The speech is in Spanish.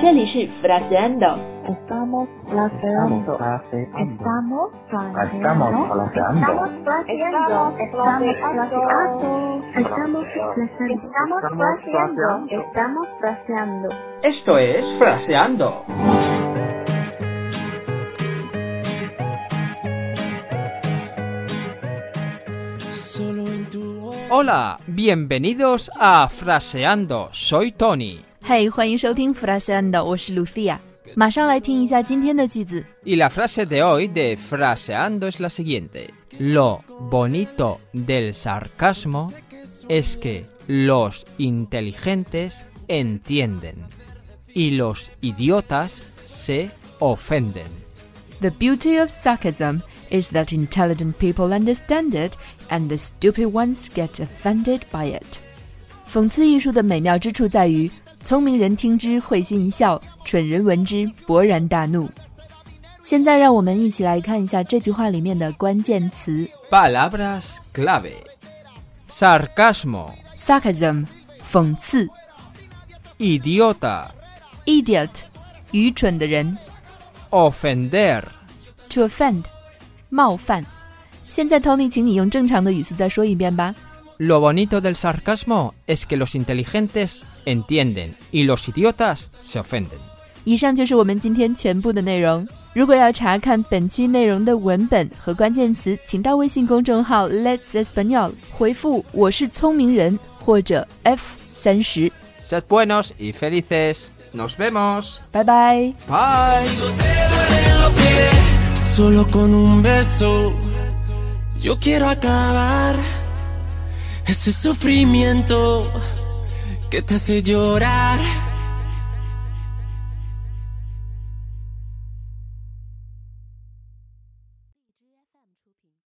这里是 fraseando， Estamos Estamos fraseando. fraseando. Estamos Ah, Estamos fraseando. fraseando. Estamos fraseando. Estamos fraseando. Estamos fraseando. Estamos fraseando. Esto es Fraseando. Hola, bienvenidos a Fraseando. Soy Tony 嘿欢迎收听 Fraseando，我是 Lucia。马上来听一下今天的句子。 y la frase de hoy de Fraseando es la siguiente. Lo bonito del sarcasmo es que los inteligentes entienden y los idiotas se ofenden. The beauty of sarcasm is that intelligent people understand it, and the stupid ones get offended by it. 讽刺艺术的美妙之处在于，聪明人听之会心一笑，蠢人闻之勃然大怒。现在让我们一起来看一下这句话里面的关键词 Palabras clave. Sarcasmo, sarcasm，讽刺 idiota, idiot，愚蠢的人 ofender, to offend，冒犯。现在 Tony，请你用正常的语速再说一遍吧。 Lo bonito del sarcasmo es que los inteligentes entienden y los idiotas se ofenden. 以上就是我们今天全部的内容。如果要查看本期内容的文本和关键词，请到微信公众号 Let's Español 回复“我是聪明人”或者 F 三十。 Sed buenos y felices. Nos vemos. 拜拜。 Bye. Solo con un beso yo quiero acabar ese sufrimiento que te hace llorar.